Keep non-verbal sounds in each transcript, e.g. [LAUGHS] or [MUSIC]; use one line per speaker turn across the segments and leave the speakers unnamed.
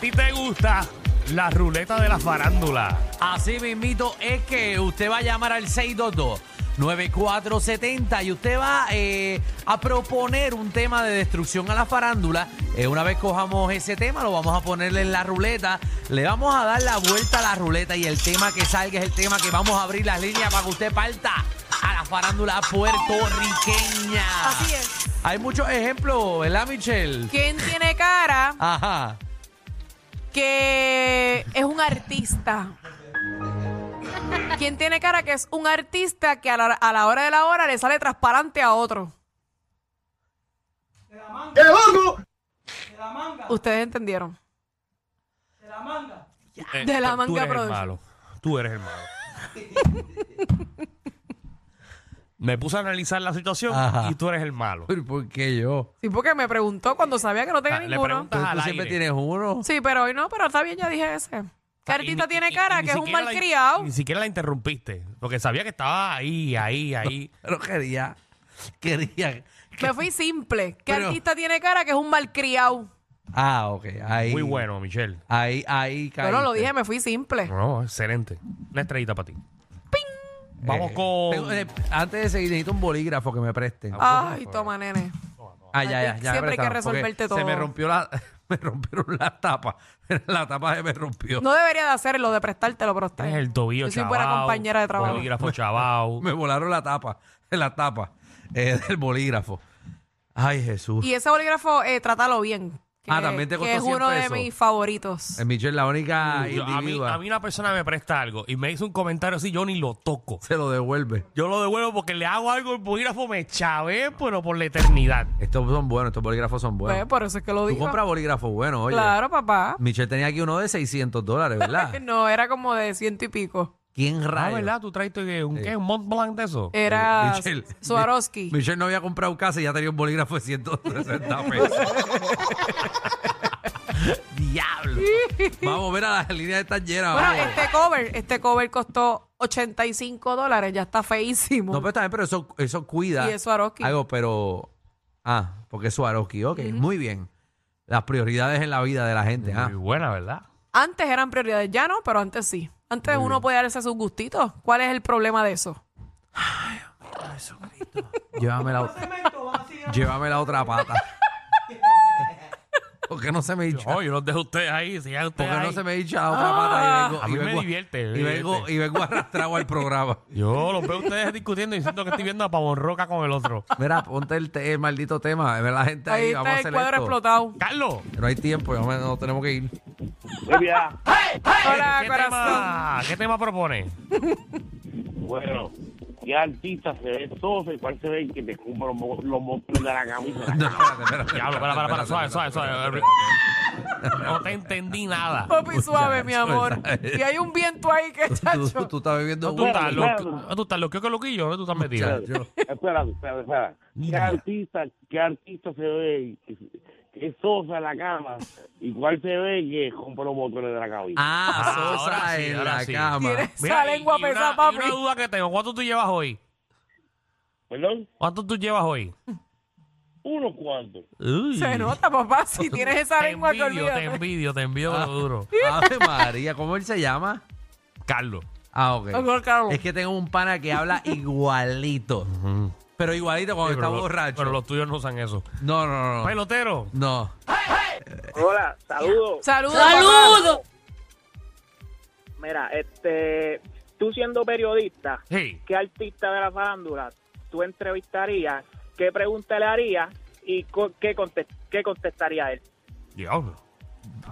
ti te gusta la ruleta de la farándula.
Así mismito es que usted va a llamar al 622-9470 y usted va eh, a proponer un tema de destrucción a la farándula. Eh, una vez cojamos ese tema, lo vamos a ponerle en la ruleta. Le vamos a dar la vuelta a la ruleta y el tema que salga es el tema que vamos a abrir las líneas para que usted parta a la farándula puertorriqueña.
Así es.
Hay muchos ejemplos, ¿verdad, Michelle?
¿Quién tiene cara
Ajá.
que es un artista? ¿Quién tiene cara que es un artista que a la, a la hora de la hora le sale transparente a otro? Ustedes entendieron.
Eh,
De la
tú-
manga
Tú eres el
production.
malo. Tú eres el malo.
[LAUGHS]
Me puse a analizar la situación
Ajá.
y tú eres el malo.
Pero, ¿Por qué yo?
Sí, porque me preguntó cuando sabía que no tenía
Ah, le
ninguno.
pregunta. Estás
Pero
al
tú siempre
aire.
tienes uno.
Sí, pero hoy no, pero está bien, ya dije ese. ¿Qué artista
Ah, Y ni-
tiene
y-
cara
y ni
que es un
siquiera la- [LAUGHS]
malcriado?
Ni siquiera la interrumpiste, porque sabía que estaba ahí, ahí, ahí.
Pero quería, quería.
Me fui simple. ¿Qué
Pero-
artista tiene cara que es un malcriado?
Ah, ok. Ahí,
Muy bueno, Michelle.
Ahí, ahí caíste.
Bueno, lo dije, me fui simple.
No, excelente. Una estrellita para ti.
Eh,
Vamos con.
tengo, eh, antes de seguir, necesito un bolígrafo que me presten. Ah,
Ay, toma, nene.
ya, ya, ya. me
siempre hay que
prestaron, porque
resolverte
Se me
todo.
rompió la. [LAUGHS] Me rompieron la tapa. [LAUGHS] la tapa se me rompió.
No debería de hacerlo, de prestártelo, pero está
Es
bien.
el tobillo,
Yo soy buena
chavao,
compañera de trabajo.
Bolígrafo,
[LAUGHS]
chavao.
Me volaron la tapa. La tapa eh, [LAUGHS] del bolígrafo. Ay, Jesús.
Y ese bolígrafo, eh, trátalo bien. Que,
Ah, también te
que
costó
es
100
uno
pesos.
de mis favoritos.
Eh, Michelle, la única
Yo- a, mí,
individua,
a mí una persona me presta algo y me hizo un comentario así, yo ni lo toco.
se lo devuelve.
Yo lo devuelvo porque le hago algo el bolígrafo, me chavé, pero por la eternidad.
Estos son buenos, estos bolígrafos son
Pues,
buenos.
por eso es que lo
Tú
digo.
compras bolígrafos buenos, oye.
Claro, papá.
Michelle tenía aquí uno de 600 dólares, ¿verdad?
[LAUGHS] No, era como de ciento y pico.
¿Quién
Ah,
rayos?
¿verdad? ¿Tú traiste eh, un, qué? ¿Un Mont Blanc de eso?
Era
Eh, Michelle,
Swarovski.
Michelle no había comprado casa y ya tenía un bolígrafo de
[LAUGHS]
160 pesos. Diablo. Vamos a ver a las líneas están llenas.
Bueno,
vamos.
este cover, este cover costó 85 dólares, ya está feísimo.
No, pero también, pero eso, eso cuida.
Y es Swarovski.
Algo, pero. Ah, porque es Swarovski, ok. Muy bien. Las prioridades en la vida de la gente. ah.
Muy buena, ¿verdad?
Antes eran prioridades, ya no, pero antes sí. Antes uno podía darse sus gustitos. ¿Cuál es el problema de eso?
Llévame la, llévame la
[LAUGHS]
otra pata. ¿Por qué no se me hincha?
No, yo los dejo a ustedes ahí, si ya ustedes
Porque no
ahí.
se me hincha la otra pata y vengo,
Ah, A
y
mí me
vengo-
divierte, me
y vengo,
divierte.
y vengo arrastrado al programa.
Yo los veo a ustedes discutiendo y siento que estoy viendo a Pavón Roca con el otro.
Mira, ponte el, te- el maldito tema. Ve la gente ahí,
Ahí
vamos a
está
hacer
el cuadro
esto.
explotado.
¡Carlos!
No hay tiempo, ya me- no tenemos que ir. [LAUGHS]
Mira,
Hola,
¿Qué
corazón.
tema, ¿Qué tema propone?
bueno, ¿qué artista se ve soso y cuál se ve que te cumple los, mo- los monstruos de la camisa?
[LAUGHS] No, espérate, espérate.
Diablo, para, para, para, suave, suave, suave. No te entendí nada.
Papi suave, mi amor.
suelta.
Y hay un viento ahí que
Tú, tú-
chacho.
tú estás viviendo
Tú estás
Bueno,
loco, tú estás loco, que loquillo, ¿dónde tú estás metido?
Yo-
Espérate, espérate, espérate. ¿Qué
Mira.
artista, qué artista se ve que, que es sosa en la cama y cuál se ve que compra los monstruos de la camisa?
Ah,
Ah,
Sosa
ahora sí,
en
ahora
la
sí.
cama.
Tienes- Esa lengua
y una-
pesa,
y
papi.
una duda que tengo, ¿cuánto tú llevas hoy?
¿Perdón?
¿Cuánto tú llevas hoy?
Unos cuantos.
Uy.
Se nota, papá, si tienes esa
Te
lengua que
envidio, te
olvídate.
envidio, te envidio
Ah.
duro.
Ave María, ¿cómo él se llama?
Carlos.
Ah, ok.
Doctor Carlos.
Es que tengo un pana que
[LAUGHS]
habla igualito. Pero igualito cuando está
pero lo-
borracho.
pero los tuyos no usan eso.
No, no, no. No.
Pelotero.
no.
Hola, saludos.
Saludos. papá.
¡Saludos!
Mira, este, tú siendo periodista,
Sí.
¿qué artista de la farándula tú entrevistarías? ¿Qué pregunta le harías? ¿Y co- qué, contest- qué contestaría él?
Diablo.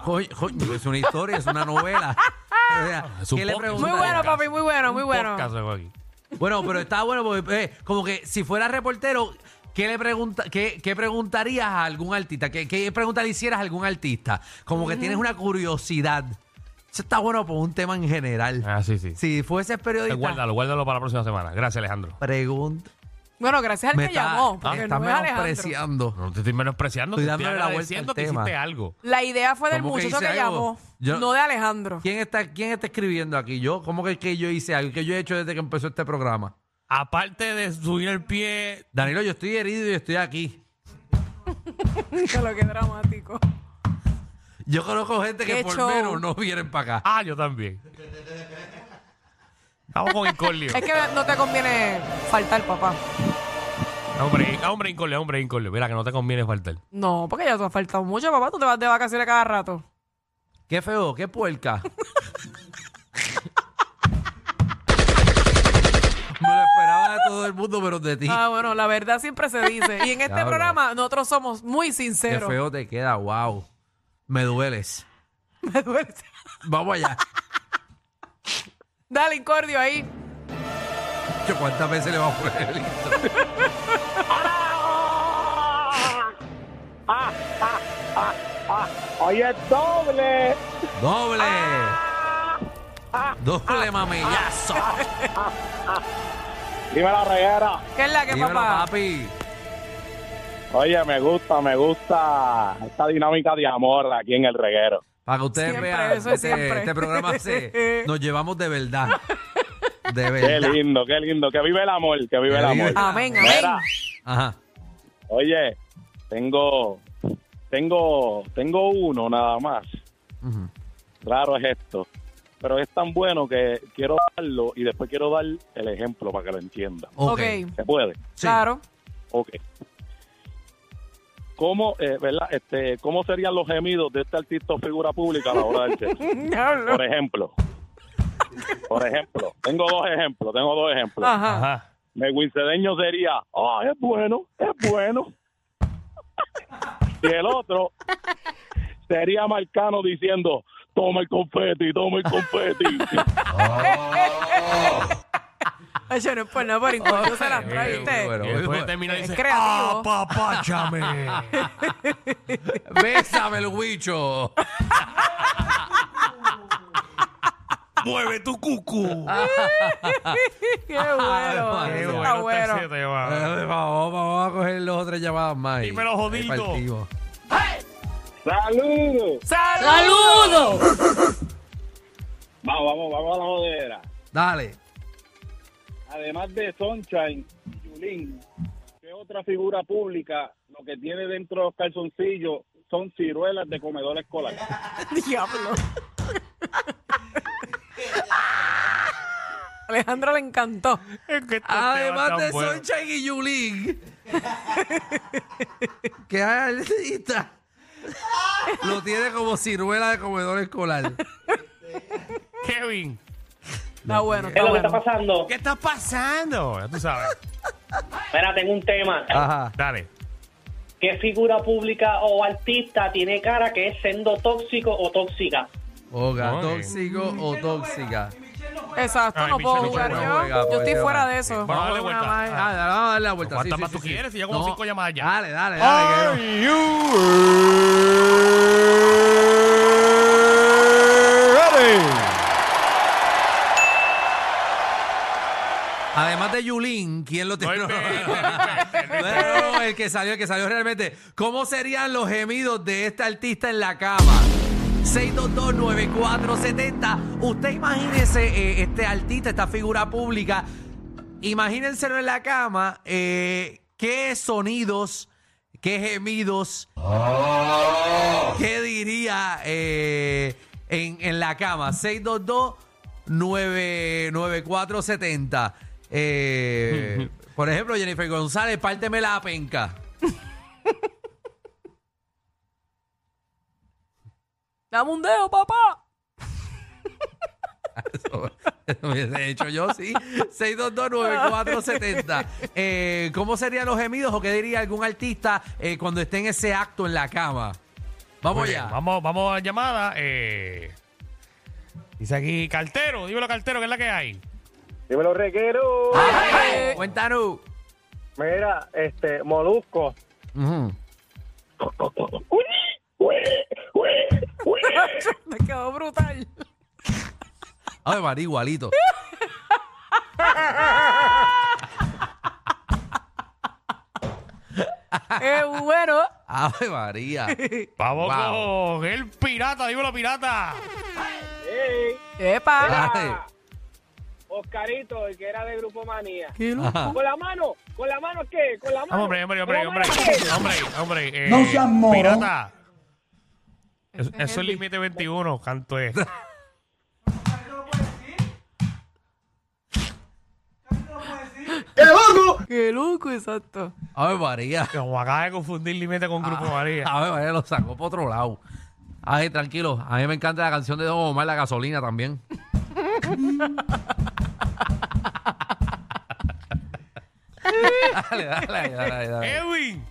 Coño, coño, es una historia, es
[LAUGHS]
una novela. O sea,
Es un
¿qué le
podcast.
preguntas?
Muy bueno, papi, muy bueno, muy bueno.
Podcast hago aquí.
Bueno, pero está bueno porque eh, como que si fuera reportero, ¿qué le pregunta, qué, qué preguntarías a algún artista? ¿Qué, qué pregunta le hicieras a algún artista? Como que tienes una curiosidad. Eso está bueno por un tema en general.
Ah, sí, sí.
Si fueses
Eh,
periodista,
Guárdalo, guárdalo para la próxima semana. Gracias, Alejandro.
pregunta.
Bueno, gracias al
Me
que
está,
llamó,
me
porque
está
no es Alejandro.
menospreciando.
No te estoy menospreciando,
Estoy
te estoy
dándole la vuelta
agradeciendo
al
que
tema.
hiciste algo.
La idea fue del
¿Cómo que
muchacho que,
hice algo?
llamó,
Yo-
no de Alejandro. [LAUGHS]
¿Quién está, ¿Quién está escribiendo aquí? ¿Yo? ¿Cómo que, que yo hice algo? ¿Qué yo he hecho desde que empezó este programa?
Aparte de subir el pie,
Danilo, yo estoy herido y estoy aquí.
Que lo que es dramático.
Yo conozco gente que
Qué
por
show.
menos no vienen para acá.
Ah, yo también. Vamos con
[LAUGHS]
Incolio.
Es que no te conviene faltar, papá.
Hombre, hombre Incolio, hombre Incolio. Mira, que no te conviene faltar.
No, porque ya tú has faltado mucho, papá. Tú te vas de vacaciones cada rato.
Qué feo, qué
[LAUGHS]
puerca. Me lo esperaba de todo el mundo, pero de ti.
Ah, bueno, la verdad siempre se dice. Y en este
Diablo.
programa nosotros somos muy
Qué
sinceros.
feo te queda, wow. Me dueles.
[LAUGHS] Me duele.
Vamos allá.
Dale, incordio ahí.
Yo, ¿Cuántas veces le vamos a poner el intro?
Hoy es doble.
¡Doble! ¡Doble mamillazo!
Ah,
Dime la reguera.
¿Qué es la que,
Dímelo,
papá?
papi.
Oye, me gusta, me gusta esta dinámica de amor aquí en el reguero.
Para que ustedes
Siempre,
vean,
eso es
este,
siempre.
este programa
[LAUGHS]
se, nos llevamos de verdad. De
Qué
verdad.
lindo, qué lindo. Que vive el amor, que vive
Que
el
vive-
amor.
Amén, amén.
Mira,
Ajá.
oye, tengo, tengo, tengo uno nada más.
Ujú.
Raro es esto. Pero es tan bueno que quiero darlo y después quiero dar el ejemplo para que lo entiendan.
ok,
¿Se puede?
Sí.
claro.
Ok. ¿Cómo, eh, verdad, este, ¿Cómo serían los gemidos de este artista o figura pública a la hora del sexo?
Diablo.
Por ejemplo. Por ejemplo. Tengo dos ejemplos, tengo dos ejemplos.
Ajá.
Ajá.
Mi guincedeño sería, ah, es bueno, es bueno. y el otro sería Marcano diciendo, toma el confeti, toma el [LAUGHS] confeti.
Ay, yo no es por nada, por incordio se las
Qué
trae, ¿viste?
bueno.
Y después termina y
Es
dice, "Ah,
creativo.
apapáchame.
Bésame el huicho.
Mueve tu cucu.
Qué bueno.
Ay,
Qué
Eso
bueno,
está bueno.
está ese tema.
Eh, Vamos, vamos a coger los otras llamadas más.
Ah.
y-
Dímelo,
y
jodido.
partimos.
¡Saludos!
¡Saludos!
Vamos, vamos, vamos a la jodera.
Este
Dale.
además de Sunshine, Yulín, ¿qué otra figura pública lo que tiene dentro de los calzoncillos son ciruelas de comedor escolar?
Diablo. [LAUGHS] Alejandro le encantó.
Es que este tema
Además
tan
de
bueno.
Sunshine y Yulín, [LAUGHS] que hay artista, lo tiene como ciruela de comedor escolar.
Kevin.
Está bueno, está bueno.
pasando?
¿Qué está pasando? Ya tú sabes.
Mira, tengo un tema.
Ah.
Ajá.
Dale.
¿Qué figura pública o artista tiene cara que es sendo tóxico o tóxica?
Oga,
Ok.
tóxico o tóxica.
Exacto,
Ay,
no
Michelle,
puedo
Michelle
jugar
no
yo.
juega,
yo estoy
pues,
fuera
va.
de eso.
Vamos a darle
Una
vuelta.
Ah,
más.
dale, vamos a darle la vuelta.
¿Cuántas más tú quieres? Si ya como cinco llamadas ya.
Dale, dale, dale. que no. Además de Yulín, ¿quién lo
No
tiene? [LAUGHS]
inventes,
No, no, no, el que salió, el que salió realmente. ¿Cómo serían los gemidos de este artista en la cama? 6229470. Usted imagínese eh, este artista, esta figura pública. Imagínenselo en la cama. eh, ¿Qué sonidos, qué gemidos, qué diría eh, en, en la cama? 622-99470.
[LAUGHS]
Eh, por ejemplo, Jennifer González, párteme la penca.
Dame un dedo, papá.
Lo hubiese hecho yo, sí. 6229470. Eh, ¿Cómo serían los gemidos o qué diría algún artista eh, cuando esté en ese acto en la cama? Vamos
Muy bien,
allá.
Vamos, vamos a la llamada. eh. Dice aquí, cartero, dímelo cartero, ¿qué es la que hay?
Dímelo, reguero.
Ay, Cuéntanos.
Mira, este, Molusco.
[LAUGHS] Me quedó brutal.
Ay, María, igualito.
Es Eh, bueno.
Ay,
[LAUGHS]
María.
Vamos
Wow.
con el pirata, dímelo pirata.
¡Ey!
Epa.
Ay,
Oscarito, el que era de Grupo Manía.
Qué loco.
¿Con la mano? ¿Con la mano qué? ¿Con la
Hombre, hombre, hombre, hombre, hombre, hombre, hombre. eh,
No seas moro.
Pirata. Eso, eso es límite 21, canto es.
Qué loco, exacto.
A ver, María.
Como acaba de confundir límite con Grupo María.
A ver, María lo sacó por otro lado. Ay, tranquilo. A mí me encanta la canción de Don Omar, La Gasolina también. dale, dale, dale, dale, dale.
Edwin,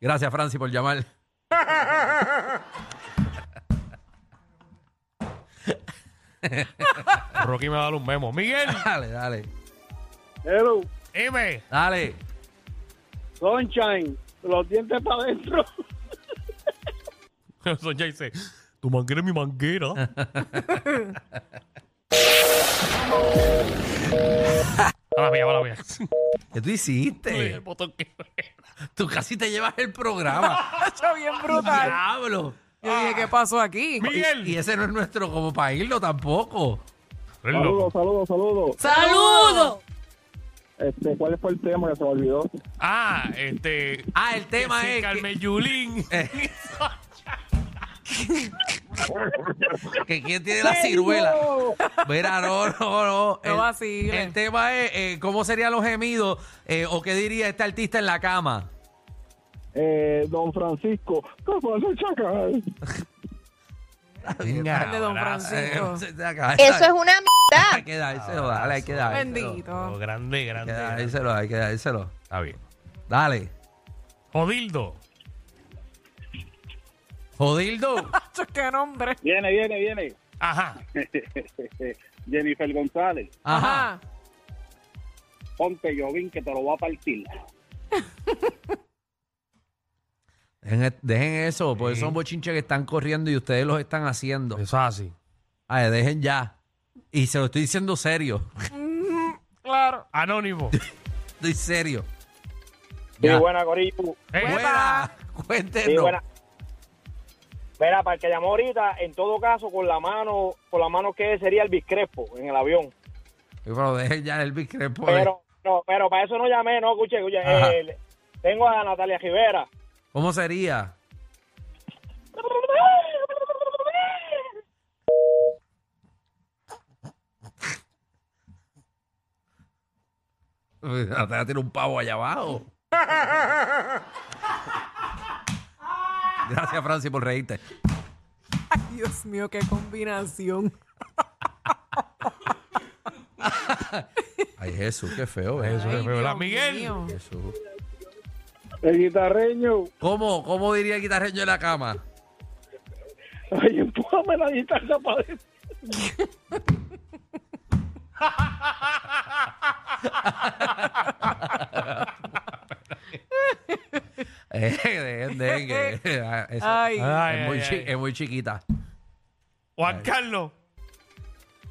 Gracias, Franci, por llamar.
Rocky me va a dar un memo. Miguel,
Dale, dale.
Hello,
M, [LAUGHS]
Dale.
Sunshine, los dientes para adentro.
Eso ya dice, tu manguera es mi
[LAUGHS]
manguera. Ahora Ah, mía,
[LAUGHS]
ahora mía.
¿Qué tú
Le dije el
hiciste?
botón que no era.
Tú casi te llevas el
[LAUGHS]
programa.
Está bien brutal.
¡Diablo!
Yo dije, ¿qué pasó aquí?
Miguel.
Y ese no es nuestro como para irlo tampoco.
Eres loco.
Saludos, saludos,
¡Saludos!
saludos. Este, ¿Cuál fue el tema que se me olvidó?
Ah, este.
Ah, el tema
sí,
es. que-
Carmen
[LAUGHS]
Yulín.
[LAUGHS] que quién tiene la ciruela. Mira, no, no, no.
No
el,
vacile.
el tema es eh, cómo serían los gemidos eh, o qué diría este artista en la cama.
Eh, don Francisco, ¿qué pasa, chacal?
Venga,
El de Don
ahora,
[LAUGHS] eh,
Francisco.
Eso es una
Hay
mierda.
que dárselo, dale, hay que dárselo. Hay
lo
Bendito.
Oh, grande, grande.
que
grande.
dárselo, hay que dárselo.
Está bien.
Dale.
Odildo.
[LAUGHS] Jodildo.
Chacho, ¡Qué nombre!
Viene, viene, viene. [LAUGHS]
Ajá.
Jennifer González,
Ajá.
Ajá.
ponte Jovín que te lo va a partir.
Dejen, e, dejen eso, porque
Sí.
son bochinches que están corriendo y ustedes los están haciendo.
Eso es así.
Ay, dejen ya. Y se lo estoy diciendo serio.
Claro.
[LAUGHS]
Anónimo.
Estoy serio.
Sí,
Ya.
buena, Corillo.
Eh,
Buena.
Sí,
Cuéntenos.
buena. Mira, para el que llamó ahorita, en todo caso, con la mano, con la mano que sería el biscrepo en el avión.
Pero dejen ya el biscrepo. eh.
Pero, no, pero para eso no llamé, no, escuche, escuche.
Ajá.
eh, tengo a Natalia Rivera.
¿Cómo sería? Pues, Hasta tiene un pavo
[LAUGHS]
allá abajo. Gracias, Francis, por reírte.
Ay, Dios mío, qué combinación.
Ay, Jesús, qué feo
Eso
eso.
es
Ay,
feo. Hola,
Dios
Miguel.
mío.
Jesús.
El guitarreño,
¿Cómo, ¿Cómo diría el guitarreño de la cama?
ay, empújame la guitarra para adentro.
[LAUGHS] Eh, dejen, dejen que- ah, eso-
Ay.
Ay,
es, muy
ay,
chi-
ay.
es muy chiquita.
Juan Carlos.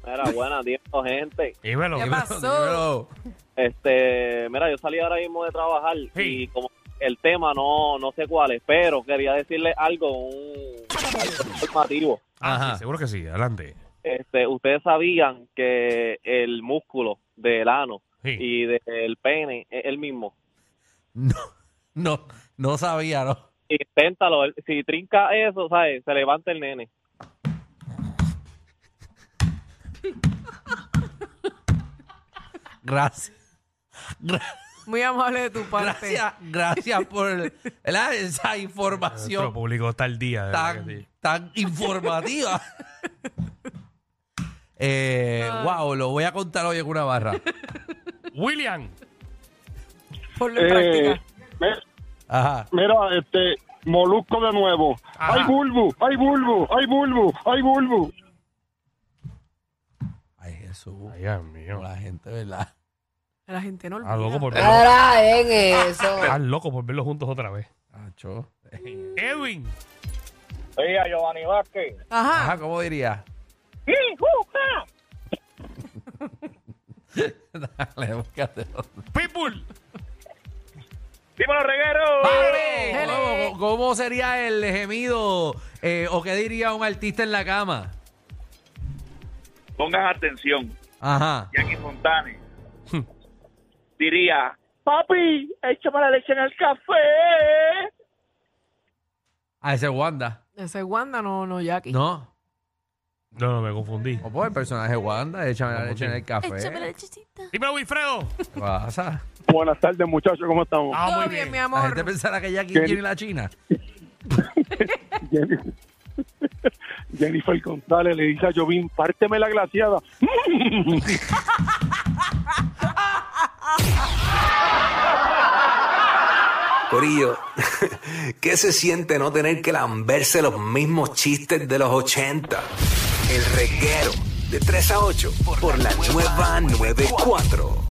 Mira, buena, tiempo, gente.
Dímelo.
¿Qué
Dímelo,
pasó?
dímelo.
Este, mira, yo salí ahora mismo de trabajar
Sí.
y como el tema no, no sé cuál es, pero quería decirle algo, un algo informativo.
Ajá.
Ajá.
seguro que Ah, sí. Adelante.
Este, ustedes sabían que el músculo del ano
Sí.
y del pene es el mismo.
No, no, no sabía, ¿no?
Inténtalo, el- si trinca eso, ¿sabes? Se levanta el nene.
Gracias. Gra-
Muy amable de tu parte.
gracias, gracias por el- ¿verdad? esa
Nuestro
información
público está al día. de verdad que
tan,
sí.
tan informativa. Eh, wow, lo voy a contar hoy en una barra.
William.
Ponlo en práctica.
Ajá.
Mira, este, Molusco de nuevo.
Ah.
Ajá.
¡Ay, bulbo! ¡Ay, bulbo! ¡Ay, bulbo! ¡Ay, bulbo!
Ay, Jesús.
Ay, Dios mío.
La gente, ¿verdad?
La gente no olvida.
Estás loco Ah, por verlo.
Ahora en eso.
Estás loco por verlos juntos otra vez.
Acho.
Edwin.
Oiga, Giovanni Vázquez.
Ajá.
Ajá, ¿cómo diría? [LAUGHS] Dale, búscate otro.
People.
Dímelo, reguero.
Dale,
Dale.
¿Cómo, cómo sería el gemido eh, o qué diría un artista en la cama?
Pongan atención,
Ajá. Hm.
Jackie Fontane diría,
Papi, échame la leche en el café.
Ah, ese es Wanda.
Ese es Wanda, no, no, Jackie.
No.
No, no, me confundí.
O pues el personaje es Wanda, échame la leche en el café.
Échame la lechecita.
Dímelo, Wilfredo.
¿Qué pasa?
Buenas tardes, muchachos, ¿cómo estamos?
Ah,
Todo
muy bien.
bien, mi
La
amor.
gente pensará que Jackie
¿Qué?
quiere la China.
Jennifer, Jennifer González le dice a Jovín, párteme la glaciada.
Corillo, [LAUGHS] ¿qué se siente no tener que lamberse los mismos chistes de los 80? El reguero de 3 a 8 por la nueva 94.